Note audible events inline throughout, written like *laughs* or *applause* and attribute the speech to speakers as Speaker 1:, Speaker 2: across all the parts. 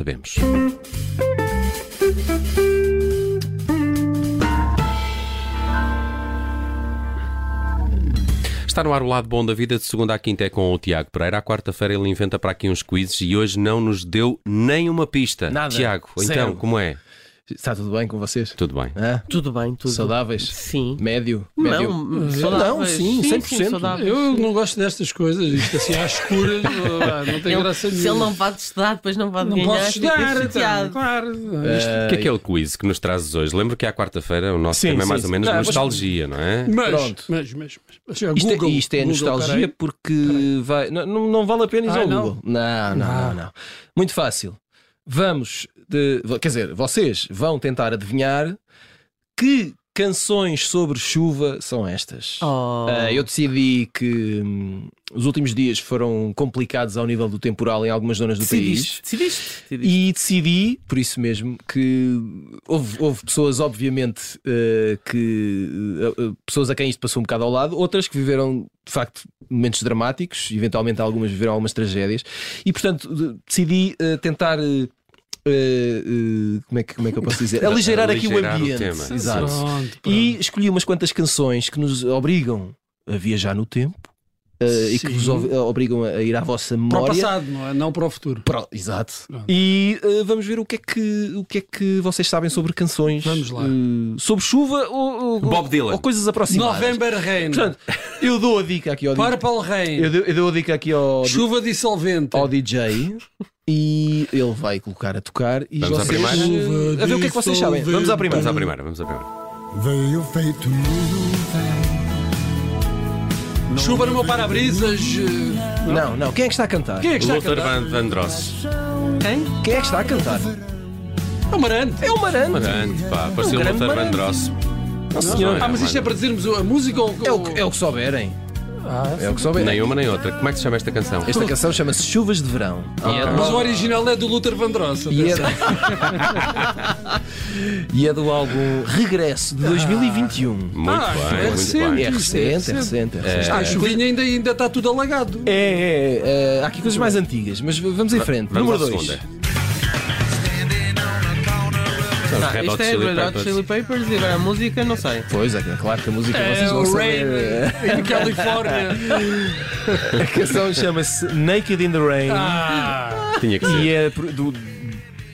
Speaker 1: podemos. Está no ar o lado bom da vida, de segunda à quinta é com o Tiago Pereira. À quarta-feira ele inventa para aqui uns quizzes e hoje não nos deu nenhuma pista.
Speaker 2: Nada.
Speaker 1: Tiago, então,
Speaker 2: Zero.
Speaker 1: como é?
Speaker 2: Está tudo bem com vocês?
Speaker 1: Tudo bem.
Speaker 2: Hã?
Speaker 3: Tudo bem, tudo.
Speaker 2: Saudáveis?
Speaker 3: Sim.
Speaker 2: Médio? Médio?
Speaker 3: Não, saudáveis.
Speaker 2: Não, sim, 100%.
Speaker 3: saudáveis.
Speaker 4: Eu não gosto destas coisas, isto assim às
Speaker 3: *laughs*
Speaker 4: escuras, ah, não tem
Speaker 3: Ele-
Speaker 4: graça
Speaker 3: se ele
Speaker 4: nenhuma.
Speaker 3: não pode estudar, depois não pode
Speaker 4: Não
Speaker 3: ganhar.
Speaker 4: posso
Speaker 3: fica
Speaker 4: estudar, então,
Speaker 3: chateado.
Speaker 4: claro. Isto-
Speaker 1: O que é aquele quiz que nos trazes hoje? Lembro que à quarta-feira o nosso
Speaker 2: Sim,
Speaker 1: tema é
Speaker 2: sim,
Speaker 1: mais
Speaker 2: sim.
Speaker 1: ou menos
Speaker 4: Não, mas-
Speaker 1: nostalgia, não é?
Speaker 4: mas,
Speaker 2: pronto.
Speaker 4: mas, mas, mas, mas, já,
Speaker 2: Isto, é-
Speaker 4: Google,
Speaker 2: isto é
Speaker 4: Google,
Speaker 2: nostalgia
Speaker 4: peraí.
Speaker 2: porque vai. Não, não, não vale a pena ir
Speaker 4: Ah,
Speaker 2: ao
Speaker 4: não?
Speaker 2: Google. Não, não, não, não. Muito fácil. Vamos. De, quer dizer, vocês vão tentar adivinhar que canções sobre chuva são estas.
Speaker 3: Oh.
Speaker 2: Ah, eu decidi que hum, os últimos dias foram complicados ao nível do temporal em algumas zonas do país.
Speaker 3: Decidiste, decidiste, decidiste.
Speaker 2: E decidi, por isso mesmo, que houve, houve pessoas, obviamente, eh, que eh, eh, pessoas a quem isto passou um bocado ao lado, outras que viveram de facto momentos dramáticos, eventualmente algumas viveram algumas tragédias, e portanto de- decidi eh, tentar. eh, eh, eh, como, é que, como é que eu posso dizer? Aligeirar aqui o
Speaker 1: Aligeirar o
Speaker 2: ambiente.
Speaker 1: tema.
Speaker 2: Exato.
Speaker 4: Pronto, pronto.
Speaker 2: E escolhi umas quantas canções que nos obrigam a viajar no tempo eh, e que
Speaker 4: Sim.
Speaker 2: vos ob- obrigam a ir à vossa
Speaker 4: para o
Speaker 2: memória.
Speaker 4: passado, não é? Não para o futuro.
Speaker 2: Pro- exato.
Speaker 4: Pronto.
Speaker 2: E eh, vamos ver o que, é que, o que é que vocês sabem sobre canções.
Speaker 4: Vamos lá.
Speaker 2: eh, sobre chuva ou, ou-
Speaker 1: Bob Dylan.
Speaker 2: ou coisas aproximadas.
Speaker 4: November Rain,
Speaker 2: Portanto, eu dou a dica aqui ao DJ.
Speaker 4: Purple Rain,
Speaker 2: Eu dou, eu dou a dica aqui ao, di-
Speaker 4: Chuva Dissolvente.
Speaker 2: ao DJ e ele vai colocar a tocar. E
Speaker 1: Vamos à
Speaker 2: vocês,
Speaker 1: primeira?
Speaker 2: eh, a ver o que é que vocês sabem. Vamos à primeira.
Speaker 1: Vamos à primeira, vamos à primeira.
Speaker 5: Veio feito nuvem,
Speaker 4: Chuva no meu para-brisas. eh,
Speaker 2: Não, não. Quem é que está a cantar?
Speaker 4: Quem é que está a
Speaker 1: Luther
Speaker 4: cantar?
Speaker 1: Van- Vandross.
Speaker 3: Quem?
Speaker 2: Quem é que está a cantar?
Speaker 4: É o Marante.
Speaker 2: É o Marante.
Speaker 1: Marante, pá, pareceu
Speaker 2: Um grande
Speaker 1: Luther
Speaker 2: marante.
Speaker 1: Vandross.
Speaker 2: Não,
Speaker 1: senhor.
Speaker 2: senhor.
Speaker 4: Ah, mas isto é para dizermos a música ou
Speaker 2: É o, que- é o que souberem.
Speaker 4: Ah,
Speaker 2: É o que souberem.
Speaker 1: Nem uma nem outra. Como é que se chama esta canção?
Speaker 2: Esta canção chama-se Chuvas de Verão. E é de
Speaker 4: Mas o
Speaker 2: Bob-
Speaker 4: original é do Luther Vandross.
Speaker 2: E é, e é do *laughs* álbum Regresso de 2021.
Speaker 1: Muito
Speaker 4: Ah,
Speaker 1: bem,
Speaker 4: é
Speaker 1: muito
Speaker 4: recente.
Speaker 1: bem.
Speaker 2: É recente, é recente. é recente.
Speaker 4: Ah, a chuvinha ainda, ainda está tudo alagado.
Speaker 2: É, é, é, há aqui coisas mais antigas, mas v- vamos em frente.
Speaker 1: Vamos à
Speaker 2: Número 2.
Speaker 1: segunda.
Speaker 2: Ah,
Speaker 1: Os Red Hot
Speaker 3: Isto é
Speaker 1: Chili
Speaker 3: Red Hot
Speaker 1: Peppers.
Speaker 3: Chili Papers e agora a música, não sei.
Speaker 2: Pois é, claro que a música vocês
Speaker 4: É
Speaker 2: vão
Speaker 4: o Rain
Speaker 2: saber.
Speaker 4: em Califórnia.
Speaker 2: *laughs* A canção chama-se Naked in the Rain
Speaker 4: Ah,
Speaker 1: Tinha que
Speaker 2: e
Speaker 1: ser.
Speaker 2: é pro- do,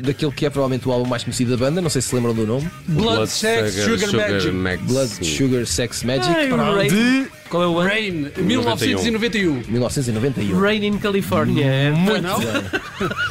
Speaker 2: daquele que é provavelmente o álbum mais conhecido da banda, não sei se lembram do nome.
Speaker 4: Blood, Sex, Sugar, Magic.
Speaker 2: Blood
Speaker 1: Sim.
Speaker 2: Sugar Sex Magic
Speaker 3: Ai, Rain.
Speaker 2: de
Speaker 4: Qual é o ano? Rain, 1991.
Speaker 2: 1991.
Speaker 3: Rain in California.
Speaker 4: Foi um. não?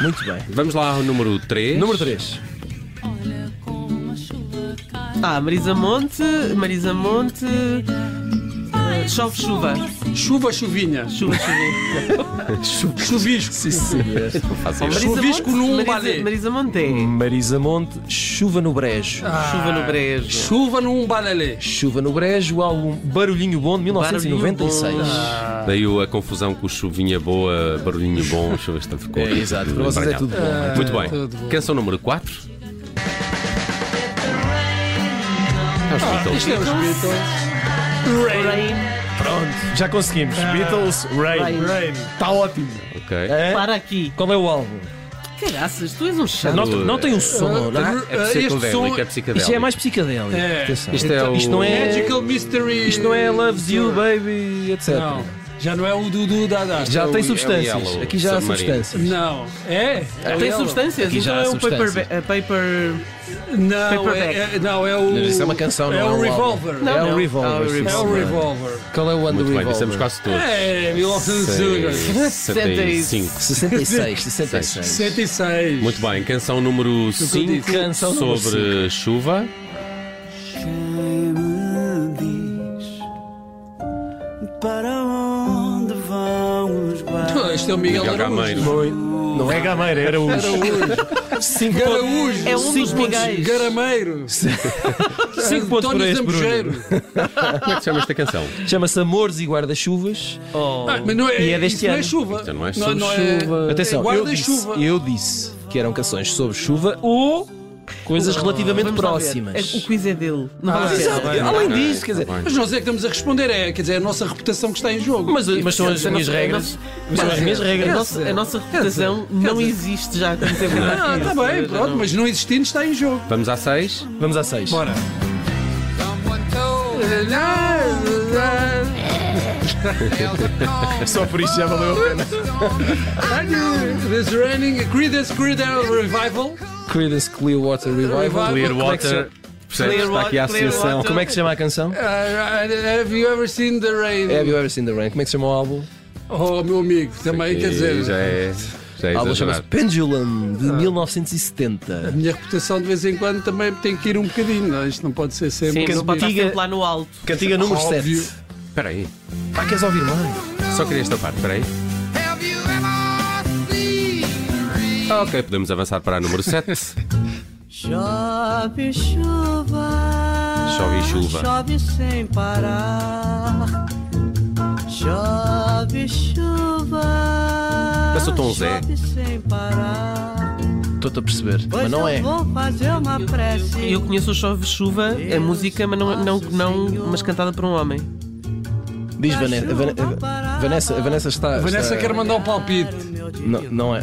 Speaker 2: Muito bem.
Speaker 1: Vamos lá ao número 3.
Speaker 2: Número 3.
Speaker 6: Olha como a chuva cai.
Speaker 3: Ah, Marisa Monte, Marisa Monte. eh, chove chuva.
Speaker 4: Chuva, chuvinha.
Speaker 3: Chuva, chuva.
Speaker 4: Chuvisco. Sim, Chuvisco num balé.
Speaker 3: Marisa, Marisa Monte. é.
Speaker 2: Marisa Monte, Chuva no Brejo.
Speaker 3: Chuva no brejo.
Speaker 4: Chuva num balalê.
Speaker 2: Chuva no Brejo, álbum Barulhinho Bom de 1996.
Speaker 3: Barulhinho
Speaker 1: Daí o- a confusão com o chuvinha boa, barulhinho bom, chuva esta ficou.
Speaker 2: É,
Speaker 1: aqui
Speaker 2: exato,
Speaker 1: tudo
Speaker 2: para vocês é
Speaker 1: embaralhado.
Speaker 2: tudo bom.
Speaker 1: Muito bem.
Speaker 4: tudo bom.
Speaker 1: Canção número 4. É os Beatles.
Speaker 4: Isto é os Beatles.
Speaker 3: Rain.
Speaker 2: Pronto, já conseguimos. Beatles, Ah. Rain.
Speaker 3: Rain.
Speaker 2: Está ótimo.
Speaker 1: Ok.
Speaker 2: É?
Speaker 3: Para aqui.
Speaker 2: Qual é o álbum?
Speaker 3: Caraças, tu és um chato.
Speaker 2: Não, não tem um som. não é?
Speaker 4: Ah, este som
Speaker 1: Psicodélico, é psicodélico.
Speaker 2: Isto é mais psicadélico.
Speaker 4: É.
Speaker 2: Atenção.
Speaker 1: Isto é o-
Speaker 2: Isto não é.
Speaker 4: Magical Mystery.
Speaker 2: Isto não é Loves You, Baby, etc.
Speaker 4: Não, já não é o Dudu Dada.
Speaker 2: Já
Speaker 1: É o- é
Speaker 2: tem
Speaker 1: o
Speaker 2: substâncias.
Speaker 1: Yellow
Speaker 2: Aqui já há
Speaker 1: Submarine.
Speaker 2: substâncias.
Speaker 4: Não, é?
Speaker 3: Tem
Speaker 4: ela.
Speaker 3: substâncias?
Speaker 2: Aqui já
Speaker 3: Então
Speaker 2: há
Speaker 3: é o paper,
Speaker 2: substâncias.
Speaker 3: ba- eh, paper.
Speaker 4: Não, é,
Speaker 3: Paperback.
Speaker 4: é- não, é o.
Speaker 2: Mas isso é uma canção, não
Speaker 4: é
Speaker 2: é um
Speaker 4: o
Speaker 2: álbum.
Speaker 4: Revolver.
Speaker 3: Não,
Speaker 2: é o
Speaker 3: não.
Speaker 2: Revolver.
Speaker 3: É o
Speaker 2: sim,
Speaker 4: É o
Speaker 2: senhora.
Speaker 4: Revolver.
Speaker 2: Qual é o ano do
Speaker 1: Muito bem, dissemos quase
Speaker 2: Revolver?
Speaker 1: todos.
Speaker 4: É, 1976.
Speaker 1: 65.
Speaker 2: 66, 66.
Speaker 4: 76.
Speaker 1: Muito bem, canção número
Speaker 4: que eu
Speaker 1: 5
Speaker 4: disse.
Speaker 2: Canção número
Speaker 1: sobre chuva.
Speaker 7: Quem me diz para onde vão os barcos?
Speaker 4: Este é o Miguel,
Speaker 1: Miguel
Speaker 4: Araújo.
Speaker 1: Gameiro.
Speaker 2: Não é Gameira, era o. Cinco
Speaker 4: Araújo.
Speaker 3: É um dos miguéis.
Speaker 4: Garameiro.
Speaker 2: 5 pontos para
Speaker 4: António
Speaker 2: este, Bruno.
Speaker 4: Zambujeiro.
Speaker 1: Como é que se chama esta canção?
Speaker 2: Chama-se Amores e Guarda-Chuvas.
Speaker 3: Oh.
Speaker 4: Ah, mas não é,
Speaker 2: E é deste
Speaker 4: isso não é
Speaker 2: ano.
Speaker 4: chuva.
Speaker 1: Então não é
Speaker 4: não, não é
Speaker 2: Atenção, eu disse,
Speaker 4: guarda-chuva.
Speaker 2: eu disse que eram canções sobre chuva ou Coisas relativamente
Speaker 3: Vamos lá ver.
Speaker 2: próximas. Ah,
Speaker 3: É- O quiz é dele. Não vale a pena.
Speaker 2: Exato. é,
Speaker 1: bem,
Speaker 2: Além
Speaker 1: tá bem,
Speaker 2: disso, quer
Speaker 1: tá
Speaker 2: dizer.
Speaker 1: bem.
Speaker 4: Mas nós é que estamos a responder, é, quer dizer, é a nossa reputação que está em jogo.
Speaker 2: Mas, mas são as
Speaker 3: É
Speaker 2: minhas
Speaker 3: nosso- é
Speaker 2: regras.
Speaker 3: nosso-
Speaker 2: Mas são as minhas regras.
Speaker 3: A nossa, a nossa reputação não existe já há tanto tempo.
Speaker 2: tá
Speaker 4: Ah, está bem, pronto, mas não existindo está em jogo.
Speaker 1: Vamos à 6?
Speaker 2: Vamos à 6.
Speaker 4: Bora.
Speaker 2: Só por isso já valeu a pena.
Speaker 4: This raining, Creedence Clearwater Revival.
Speaker 2: Creedence Clearwater Revival. é
Speaker 1: Clearwater. Percebes? Está aqui a associação.
Speaker 2: Como é que se chama a canção?
Speaker 4: Uh, have you ever seen the rain?
Speaker 2: Have You Ever Seen The Rain? Como é que se chama o álbum?
Speaker 4: Oh, meu amigo, também quer
Speaker 1: E
Speaker 4: dizer.
Speaker 1: Já é. Já é
Speaker 2: O álbum chama-se
Speaker 1: exagerado.
Speaker 2: Pendulum, de
Speaker 4: A
Speaker 2: 1970.
Speaker 4: minha reputação de vez em quando também tem que ir um bocadinho, não? isto não pode ser sempre.
Speaker 3: Sim, não pode estar
Speaker 2: Cantiga-
Speaker 3: sempre lá no alto.
Speaker 2: Cantiga número
Speaker 4: Óbvio.
Speaker 2: 7.
Speaker 1: Espera aí.
Speaker 2: Ah, queres ouvir mais?
Speaker 1: Só queria esta parte. Espera aí. Ah, ok, podemos avançar para a número 7.
Speaker 7: Chove chuva,
Speaker 1: Chove chuva.
Speaker 7: chove sem parar. Chove chuva,
Speaker 1: Parece o Tom Zé.
Speaker 7: chove sem parar.
Speaker 2: Estou-te a perceber, mas
Speaker 7: Hoje
Speaker 2: não é.
Speaker 7: Eu vou fazer uma prece.
Speaker 3: Eu conheço o Chove Chuva, a música, mas, não, não, não- mas cantada por um homem.
Speaker 2: Diz Vanessa. Vanessa, a Vanessa está.
Speaker 4: A Vanessa
Speaker 2: está-
Speaker 4: quer mandar um palpite.
Speaker 2: Não, não é.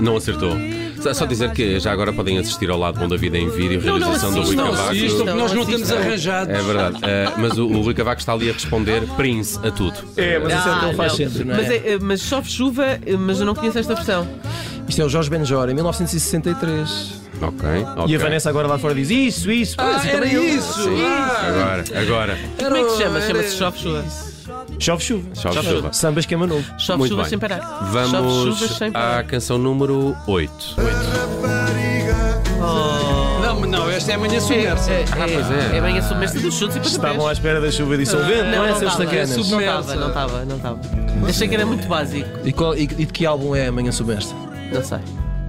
Speaker 1: Não acertou. Só- Só dizer que já agora podem assistir ao lado bom da vida em vídeo,
Speaker 3: Não, não
Speaker 1: realização do Rui
Speaker 3: assistam,
Speaker 4: Não
Speaker 1: Cavaco.
Speaker 4: assistam, porque nós não
Speaker 3: Assistam.
Speaker 4: temos arranjados.
Speaker 1: É verdade. Eh, mas o, o Rui Cavaco está ali a responder Prince a tudo.
Speaker 2: É,
Speaker 1: Ah,
Speaker 2: mas isso é o que ele faz
Speaker 3: não.
Speaker 2: sempre, não é?
Speaker 3: Mas, é- mas Chove Chuva, eh, mas eu não conheço esta versão.
Speaker 2: Isto é o Jorge Benjor, em 1963.
Speaker 1: Ok.
Speaker 2: E
Speaker 1: ok.
Speaker 2: a Vanessa agora lá fora diz: Isso, isso,
Speaker 4: Ah,
Speaker 2: isso
Speaker 4: era
Speaker 2: também eu.
Speaker 4: isso! Ah,
Speaker 1: Agora, agora.
Speaker 3: Como é que se chama? Chama-se Chove Chuva.
Speaker 2: Chove chuva.
Speaker 1: Chove chuva.
Speaker 2: Sambas é queima novo.
Speaker 3: Chove
Speaker 1: Muito
Speaker 3: Chuva
Speaker 1: bem.
Speaker 3: sem parar. Chove Chuva
Speaker 1: Vamos
Speaker 3: sem
Speaker 1: à
Speaker 2: Ah,
Speaker 3: parar.
Speaker 1: canção número 8.
Speaker 4: Não, mas não, esta é amanhã submersa.
Speaker 3: É,
Speaker 1: pois
Speaker 3: é,
Speaker 1: é.
Speaker 3: é bem a submersa dos chutes e para
Speaker 2: Estavam à espera da chuva dissolvente, não é, seus
Speaker 3: estava,
Speaker 2: tacanas?
Speaker 4: Sub-
Speaker 3: não estava, não estava, não estava. Achei que era muito básico,
Speaker 2: E, qual- e- e de que álbum é Amanhã Submersa?
Speaker 3: não sei.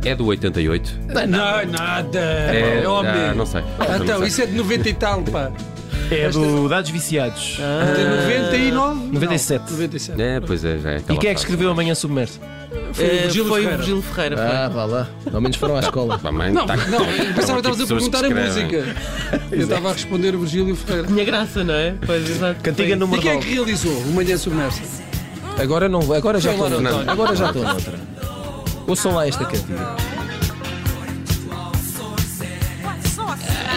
Speaker 1: É do 88?
Speaker 4: Não, nada. É, homem.
Speaker 1: É. ah, não sei. Não
Speaker 4: Então,
Speaker 1: sei.
Speaker 4: isso é de 90 e tal, pá.
Speaker 2: É do Dados Viciados.
Speaker 4: De 99?
Speaker 2: 97.
Speaker 4: Não, 97.
Speaker 1: Ah, É, pois é, já é
Speaker 2: E
Speaker 1: aquela
Speaker 2: quem é que
Speaker 1: fase.
Speaker 2: escreveu Amanhã Submersa?
Speaker 3: Eh,
Speaker 4: Virgílio
Speaker 3: foi o
Speaker 4: Ferreira.
Speaker 3: Virgílio Ferreira. foi.
Speaker 2: Ah, vá lá. Ao menos foram à escola.
Speaker 1: Também
Speaker 4: Não,
Speaker 1: tá-
Speaker 4: não, eu pensava que
Speaker 1: São
Speaker 4: estavas a
Speaker 1: pessoas que
Speaker 4: perguntar a
Speaker 1: escrevem.
Speaker 4: música.
Speaker 1: *laughs*
Speaker 4: Eu estava a responder o Virgílio Ferreira.
Speaker 3: Tinha graça, não é? Pois, exato.
Speaker 2: Cantiga
Speaker 3: Foi.
Speaker 4: E
Speaker 1: Tá
Speaker 2: número
Speaker 4: quem é que
Speaker 2: 9.
Speaker 4: realizou o Manhã Submersa?
Speaker 2: Agora não, agora já estou
Speaker 4: Foi lá,
Speaker 2: noutra.
Speaker 4: António.
Speaker 2: Agora já estou noutra. Ouçam lá esta cantiga.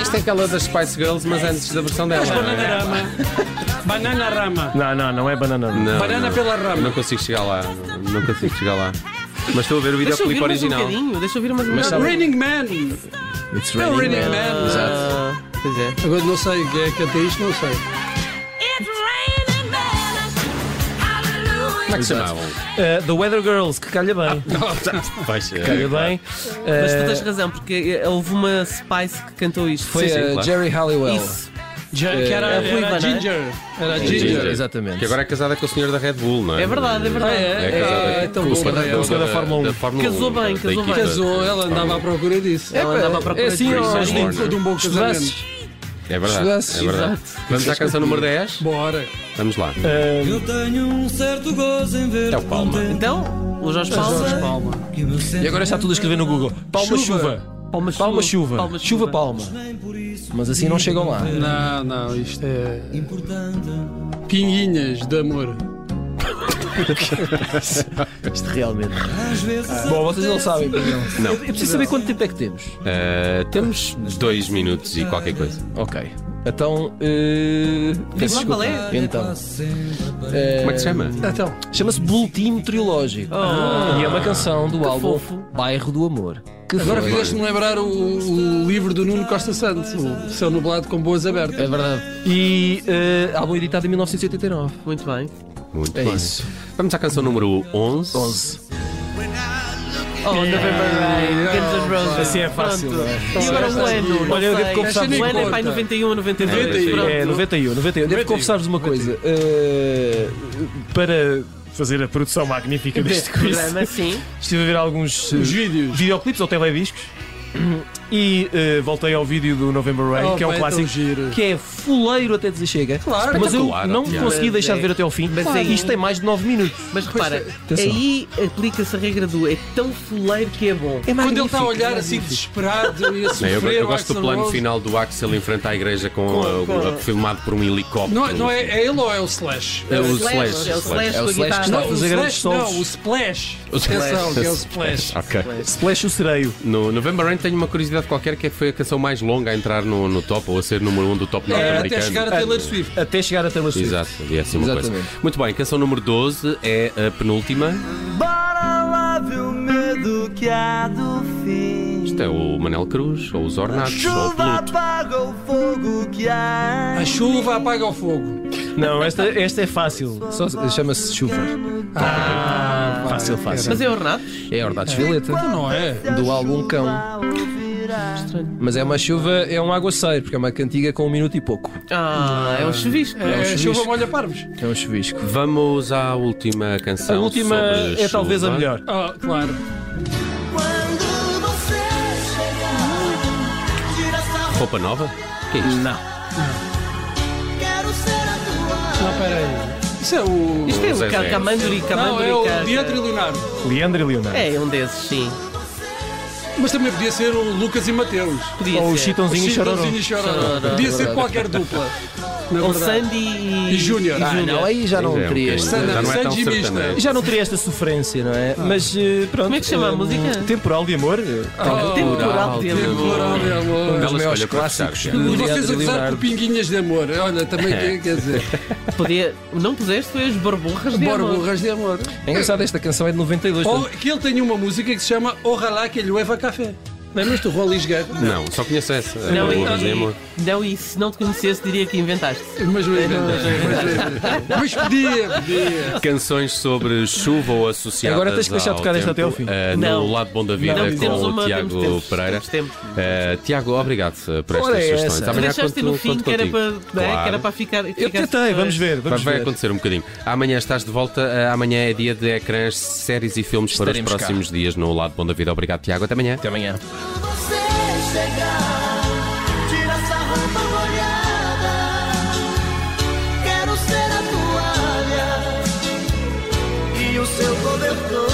Speaker 1: Isto é aquela das Spice Girls, mas antes da versão dela. não é?
Speaker 4: Bananarama. Bananarama.
Speaker 2: Não, não, não é banana.
Speaker 1: Não,
Speaker 4: Banana
Speaker 1: não.
Speaker 4: pela
Speaker 1: Eu
Speaker 4: rama.
Speaker 1: Não consigo chegar lá. Não consigo chegar lá. Mas estou a ver o
Speaker 3: Deixa eu ouvir
Speaker 1: videoclipe
Speaker 3: mais um
Speaker 1: original.
Speaker 3: bocadinho, deixa eu ouvir mais um
Speaker 2: Mas sabe-
Speaker 3: bocadinho.
Speaker 4: Raining Man.
Speaker 2: It's
Speaker 4: É o
Speaker 2: raining
Speaker 4: Raining
Speaker 2: men.
Speaker 4: Man.
Speaker 2: Exato.
Speaker 3: Ah, Pois é.
Speaker 4: Agora não sei quem é que canta isto, não sei.
Speaker 1: Como é que se chamavam?
Speaker 2: Uh, the Weather Girls, que calha bem.
Speaker 1: Vai ser.
Speaker 2: Calha bem.
Speaker 3: Ah, Mas tu
Speaker 2: Uh,
Speaker 3: tens razão, porque eh, houve uma Spice que cantou isto.
Speaker 2: foi
Speaker 1: Sim, sim,
Speaker 2: a
Speaker 1: claro.
Speaker 2: Jerry Halliwell.
Speaker 3: Isso.
Speaker 4: Já, que era,
Speaker 3: É a ruiva,
Speaker 4: era a
Speaker 3: não é?
Speaker 4: Ginger. Era a
Speaker 1: Ginger.
Speaker 4: Ginger.
Speaker 2: Exatamente.
Speaker 1: Que agora é casada com o senhor da Red Bull, não é?
Speaker 3: É verdade, é verdade.
Speaker 1: É casada
Speaker 4: Ah,
Speaker 1: com
Speaker 4: então
Speaker 1: o
Speaker 4: bom,
Speaker 1: senhor
Speaker 4: Rafael.
Speaker 1: da,
Speaker 2: Fórmula
Speaker 1: da
Speaker 2: 1.
Speaker 1: Fórmula 1.
Speaker 3: Casou bem,
Speaker 1: da
Speaker 3: casou
Speaker 1: equipa.
Speaker 3: bem.
Speaker 4: Casou, ela andava à procura disso.
Speaker 3: Ela andava à procura
Speaker 2: É assim,
Speaker 3: de
Speaker 1: ó,
Speaker 4: Mas
Speaker 3: Christian
Speaker 4: de um-
Speaker 1: Warner.
Speaker 4: de um bom casamento.
Speaker 2: Estudasses?
Speaker 1: É verdade.
Speaker 2: Estudasses,
Speaker 1: É verdade. Vamos à canção número 10?
Speaker 4: Bora.
Speaker 1: Vamos lá.
Speaker 2: Uh,
Speaker 7: tenho um certo gozo em ver
Speaker 1: É o Palma.
Speaker 3: Então, o Jorge Palma.
Speaker 4: Palma.
Speaker 7: que meu
Speaker 2: e agora está tudo a escrever no Google. Palma
Speaker 4: Chuva.
Speaker 2: chuva.
Speaker 3: Palma chuva.
Speaker 2: Palma chuva.
Speaker 3: Palma
Speaker 2: Chuva
Speaker 3: chuva.
Speaker 2: palma. Mas assim não chegam lá.
Speaker 4: Não, não, isto é. Pinguinhas de amor.
Speaker 2: Isto realmente. Bom, vocês não sabem, pois não.
Speaker 1: Não.
Speaker 2: Eu preciso saber quanto tempo é que temos.
Speaker 1: Eh, temos dois minutos e qualquer coisa.
Speaker 2: Ok. Então. eh, peço
Speaker 3: lá qual
Speaker 2: desculpa.
Speaker 3: é.
Speaker 2: Então. Eh,
Speaker 1: Como é que se chama?
Speaker 4: Então,
Speaker 2: Chama-se Boletim Meteorológico. E é uma canção do álbum Bairro do Amor. Que
Speaker 4: agora
Speaker 2: foi-
Speaker 4: fizeste-me lembrar o, o livro do Nuno Costa Santos, o Céu Nublado com Boas Abertas.
Speaker 2: É verdade. E eh, álbum editado em 1989.
Speaker 3: Muito bem.
Speaker 1: Muito
Speaker 2: É
Speaker 1: bem.
Speaker 2: isso.
Speaker 1: Vamos à canção número 11.
Speaker 2: 11.
Speaker 3: Oh, November
Speaker 4: é,
Speaker 3: Rain, Guns N' Roses.
Speaker 2: Assim é fácil,
Speaker 3: Pronto.
Speaker 2: não é?
Speaker 3: E agora
Speaker 2: Sim.
Speaker 3: o ano.
Speaker 2: Olha, eu devo
Speaker 3: não sei.
Speaker 2: confessar-vos
Speaker 3: O
Speaker 4: uma
Speaker 3: ano é
Speaker 4: coisa.
Speaker 3: para aí 91 ou 92.
Speaker 1: 91.
Speaker 3: Pronto.
Speaker 2: É, 91, 91. Devo confessar-vos uma coisa. eh, para fazer a produção magnífica deste
Speaker 3: Deste
Speaker 2: quiz,
Speaker 3: programa, sim.
Speaker 2: estive a ver alguns eh,
Speaker 4: Os vídeos.
Speaker 2: videoclipes ou telediscos E eh, voltei ao vídeo do November Rain,
Speaker 4: Oh,
Speaker 2: que é um
Speaker 4: pá, é tão
Speaker 2: clássico
Speaker 4: giro.
Speaker 2: que é fuleiro até dizer chega.
Speaker 3: Claro.
Speaker 2: mas eu
Speaker 1: Espetacular,
Speaker 2: não
Speaker 1: Tiago.
Speaker 2: consegui
Speaker 3: Mas
Speaker 2: deixar
Speaker 3: é-
Speaker 2: de ver até ao fim.
Speaker 3: Mas é-
Speaker 2: Isto tem mais de 9 minutos.
Speaker 3: Mas repara,
Speaker 2: é, Atenção.
Speaker 3: aí aplica-se a regra do é tão fuleiro que é bom.
Speaker 2: É
Speaker 4: Quando ele
Speaker 2: magnífico.
Speaker 4: está a olhar assim desesperado e
Speaker 1: Não,
Speaker 4: a sofrer,
Speaker 1: eu, eu
Speaker 4: o
Speaker 1: gosto do
Speaker 4: Axl
Speaker 1: plano
Speaker 4: Rose.
Speaker 1: final do Axel em frente à igreja com, uh,
Speaker 3: com-
Speaker 1: uh, filmado por um helicóptero.
Speaker 4: Não, é- não é, é ele ou é o Slash?
Speaker 1: É o
Speaker 3: Slash,
Speaker 1: Slash.
Speaker 3: é o
Speaker 2: É
Speaker 3: Slash
Speaker 2: o
Speaker 3: com a
Speaker 2: Slash que está
Speaker 3: guitarra.
Speaker 2: a
Speaker 4: Não, o
Speaker 2: fazer grandes
Speaker 4: Slash não, o
Speaker 2: sons.
Speaker 4: Splash. Atenção, que é o Splash.
Speaker 1: Ah, Ok.
Speaker 2: Splash o sereio.
Speaker 1: No November Rain tenho uma curiosidade qualquer que é que foi a canção mais longa a entrar no, no top ou a ser número 1 um do top
Speaker 4: É,
Speaker 1: norte-americano.
Speaker 4: até chegar a Taylor Swift.
Speaker 2: Até chegar a Taylor Swift.
Speaker 1: Exato, é assim uma coisa.
Speaker 2: Exatamente.
Speaker 1: Muito bem, canção número 12 é a penúltima.
Speaker 7: Para lá ver o medo que há do fim.
Speaker 1: Isto um é o Manel Cruz, ou os Ornatos, ou o
Speaker 7: Chuva
Speaker 1: Pluto.
Speaker 7: apaga o fogo que há.
Speaker 4: A chuva apaga o fogo.
Speaker 2: Não, esta, esta é fácil. Só- Chama-se Chuva.
Speaker 4: Ah,
Speaker 2: Fácil, fácil.
Speaker 3: Mas é ornados?
Speaker 2: É Ordados Violeta.
Speaker 4: não é?
Speaker 2: Do álbum Cão. Mas é uma chuva, é um aguaceiro, porque é uma cantiga com um minuto e pouco.
Speaker 3: Ah, é um chuvisco.
Speaker 4: É,
Speaker 2: um
Speaker 4: a chuva
Speaker 2: chuvisco.
Speaker 4: molha parvos.
Speaker 2: É um chuvisco.
Speaker 1: Vamos à última canção.
Speaker 2: A última
Speaker 1: sobre
Speaker 2: é
Speaker 1: chuva.
Speaker 2: talvez a melhor.
Speaker 4: Ah, claro.
Speaker 1: Roupa nova? Que é isto?
Speaker 2: Não.
Speaker 4: Não, peraí. Isso é o.
Speaker 3: Isto
Speaker 1: Zé
Speaker 3: é o
Speaker 1: Zé.
Speaker 3: ca- Camanduri,
Speaker 4: Não, é o
Speaker 3: Camanduri.
Speaker 4: Diandro e Leonardo.
Speaker 2: Leandro e Leonardo.
Speaker 3: É, é um desses, sim.
Speaker 4: Mas também podia ser o Lucas e Mateus.
Speaker 3: Podia
Speaker 2: Ou o
Speaker 3: ser.
Speaker 4: Os
Speaker 2: Chitãozinho e Chororó.
Speaker 4: Chitãozinho e Chororó.
Speaker 3: Chororó.
Speaker 4: Podia ser qualquer dupla. Na
Speaker 3: Ou
Speaker 4: É verdade.
Speaker 3: Sandy e,
Speaker 4: E Júnior. Ah,
Speaker 2: Não, aí já não
Speaker 1: Pois é, um
Speaker 2: teria.
Speaker 1: bocadinho.
Speaker 4: Sandra-
Speaker 1: Já não é tão
Speaker 4: Sanji Mista.
Speaker 1: sertanejo.
Speaker 2: Já não teria esta sofrência, não é? Mas eh, pronto.
Speaker 3: Como é que chama a
Speaker 2: hum,
Speaker 3: música?
Speaker 2: Temporal de amor. é
Speaker 4: Ah,
Speaker 3: Temporal de
Speaker 4: Temporal
Speaker 3: amor.
Speaker 4: de amor.
Speaker 1: Um
Speaker 2: Os
Speaker 1: bela
Speaker 2: maiores
Speaker 1: escolha para fechar.
Speaker 2: clássicos.
Speaker 1: Tiago.
Speaker 4: E
Speaker 2: Leonardo
Speaker 4: vocês a
Speaker 2: e
Speaker 4: gozar
Speaker 2: Leonardo.
Speaker 4: por pinguinhas de amor. Olha, também quer- quer dizer.
Speaker 3: Podia... Não puseste, foi as borborras de amor.
Speaker 4: Borborras de amor.
Speaker 2: É engraçado, esta canção é de 92.
Speaker 4: Ou
Speaker 2: portanto,
Speaker 4: que ele tem uma música que se chama Ojalá que llueva café. Lembras-te do Rolis Guerra?
Speaker 1: Não, só conheço essa.
Speaker 3: Não, então
Speaker 1: a
Speaker 3: e,
Speaker 1: Borborras de Amor.
Speaker 3: e- não, e se não te conhecesse, diria que inventaste.
Speaker 4: Mas não é verdade. Mas podia, podia.
Speaker 1: Canções sobre chuva ou associadas
Speaker 2: Agora tens que deixar
Speaker 1: ao
Speaker 2: tocar esta até ao
Speaker 1: tempo.
Speaker 2: fim.
Speaker 1: Eh,
Speaker 3: Não.
Speaker 1: No Lado Bom da Vida
Speaker 3: Não,
Speaker 1: com
Speaker 3: temos
Speaker 1: o
Speaker 3: uma-
Speaker 1: Tiago
Speaker 3: temos- temos-
Speaker 1: Pereira.
Speaker 3: temos tempo.
Speaker 1: Eh, Tiago, obrigado eh, por
Speaker 2: Ora
Speaker 1: estas
Speaker 2: é
Speaker 1: sugestões.
Speaker 2: essa.
Speaker 1: Amanhã
Speaker 3: Deixaste
Speaker 1: conto-
Speaker 3: no fim
Speaker 1: conto
Speaker 3: que era, para,
Speaker 1: contigo.
Speaker 3: né, que
Speaker 1: Claro.
Speaker 3: era para ficar.
Speaker 2: Eu tentei, vamos ver.
Speaker 1: Vai,
Speaker 2: Vamos
Speaker 1: vai
Speaker 2: ver.
Speaker 1: acontecer um bocadinho. Amanhã estás de volta. eh, Amanhã é dia de ecrãs, séries e filmes para os
Speaker 2: Estaremos cá.
Speaker 1: próximos dias no Lado Bom da Vida. Obrigado, Tiago. Até amanhã.
Speaker 2: Até amanhã.
Speaker 8: você chegar. Tira essa roupa molhada. Quero ser a toalha e o seu cobertor.